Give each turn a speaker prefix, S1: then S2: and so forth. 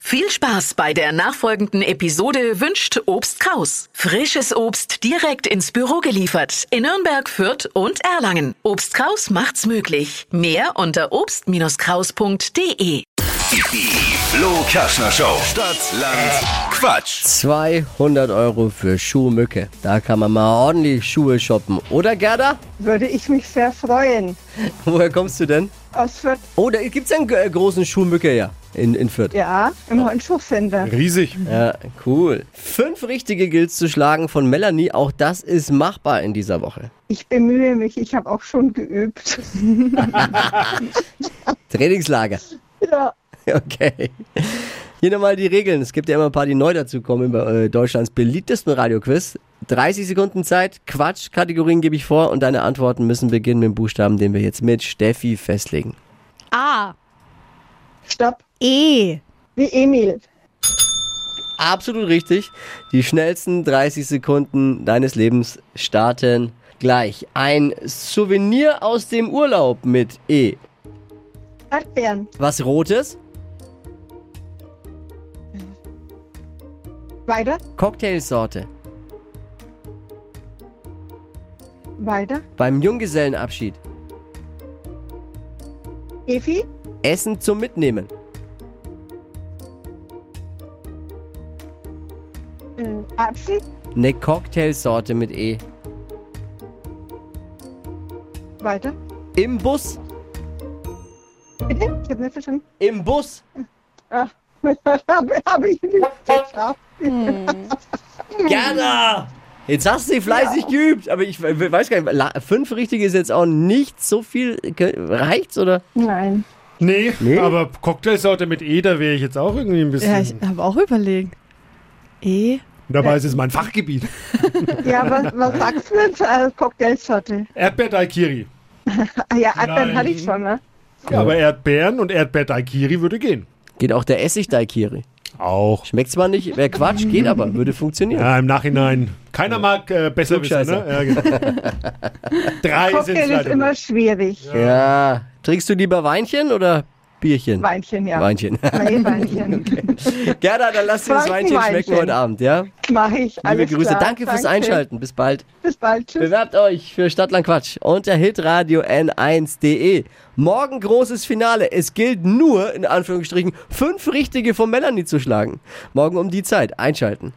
S1: Viel Spaß bei der nachfolgenden Episode wünscht Obst Kraus. Frisches Obst direkt ins Büro geliefert in Nürnberg, Fürth und Erlangen. Obst Kraus macht's möglich. Mehr unter obst-kraus.de.
S2: Die Flo Kaschner Show. Stadt, Land, Quatsch.
S3: 200 Euro für Schuhmücke. Da kann man mal ordentlich Schuhe shoppen. Oder Gerda?
S4: Würde ich mich sehr freuen.
S3: Woher kommst du denn?
S4: Aus Fürth,
S3: Oh, da gibt's einen äh, großen Schuhmücke ja in, in Fürth.
S4: ja, im Heunschuhfinder.
S5: Riesig.
S3: Ja, cool. Fünf richtige gilt zu schlagen von Melanie. Auch das ist machbar in dieser Woche.
S4: Ich bemühe mich, ich habe auch schon geübt.
S3: Trainingslager.
S4: ja.
S3: Okay. Hier nochmal die Regeln. Es gibt ja immer ein paar, die neu dazukommen über äh, Deutschlands beliebtesten Radioquiz. 30 Sekunden Zeit, Quatsch, Kategorien gebe ich vor und deine Antworten müssen beginnen mit dem Buchstaben, den wir jetzt mit Steffi festlegen.
S6: A.
S4: Stopp,
S6: E.
S4: wie Emil.
S3: Absolut richtig. Die schnellsten 30 Sekunden deines Lebens starten gleich. Ein Souvenir aus dem Urlaub mit E.
S4: Erdbeeren,
S3: Was Rotes?
S4: weiter,
S3: Cocktailsorte.
S4: weiter.
S3: Beim Junggesellenabschied.
S4: Evi,
S3: Essen zum Mitnehmen.
S4: äh, Apfel,
S3: Eine Cocktailsorte mit E.
S4: weiter.
S3: Im Bus.
S4: Bitte, ich habe nicht verstanden.
S3: Im Bus.
S4: Ah, habe hab ich nicht geschafft.
S3: Gerda! Jetzt hast du sie fleißig geübt, aber ich we- weiß gar nicht, la- fünf richtige ist jetzt auch nicht so viel. Ge- Reicht's oder?
S4: Nein.
S5: Nee, aber Cocktailsorte mit E, da wäre ich jetzt auch irgendwie ein bisschen.
S6: Ja, ich habe auch überlegt. E.
S5: Dabei ist es mein Fachgebiet.
S4: Ja, was, was sagst du denn zu einer Cocktailsorte?
S5: Erdbeer Daikiri.
S4: Ah ja, Erdbeeren
S5: Nein.
S4: hatte ich schon, ne?
S5: Ja, aber Erdbeeren und Erdbeer Daikiri würde gehen.
S3: Geht auch der Essig Daikiri.
S5: Auch.
S3: Schmeckt zwar nicht, wäre Quatsch, geht aber, würde funktionieren.
S5: Ja, im Nachhinein. Keiner mag äh, besser wissen, ne?
S3: Klugscheißer.
S5: Ja, genau. Drei sind es
S4: Cocktail ist
S5: leider.
S4: immer
S5: nur.
S4: schwierig.
S3: Ja. Trinkst du lieber Weinchen oder Bierchen?
S4: Weinchen, ja.
S3: Weinchen.
S4: Nee, Weinchen.
S3: Gerda, dann lass dir das Weinchen schmecken
S4: Frankenweinchen.
S3: heute Abend, ja?
S4: Mache ich.
S3: Liebe
S4: Alles
S3: Grüße,
S4: klar.
S3: danke fürs Einschalten. Bis bald.
S4: Bis bald. Tschüss.
S3: Bewerbt euch für Stadtland Quatsch unter hitradio n1.de. Morgen großes Finale. Es gilt nur, in Anführungsstrichen, fünf richtige von Melanie zu schlagen. Morgen um die Zeit. Einschalten.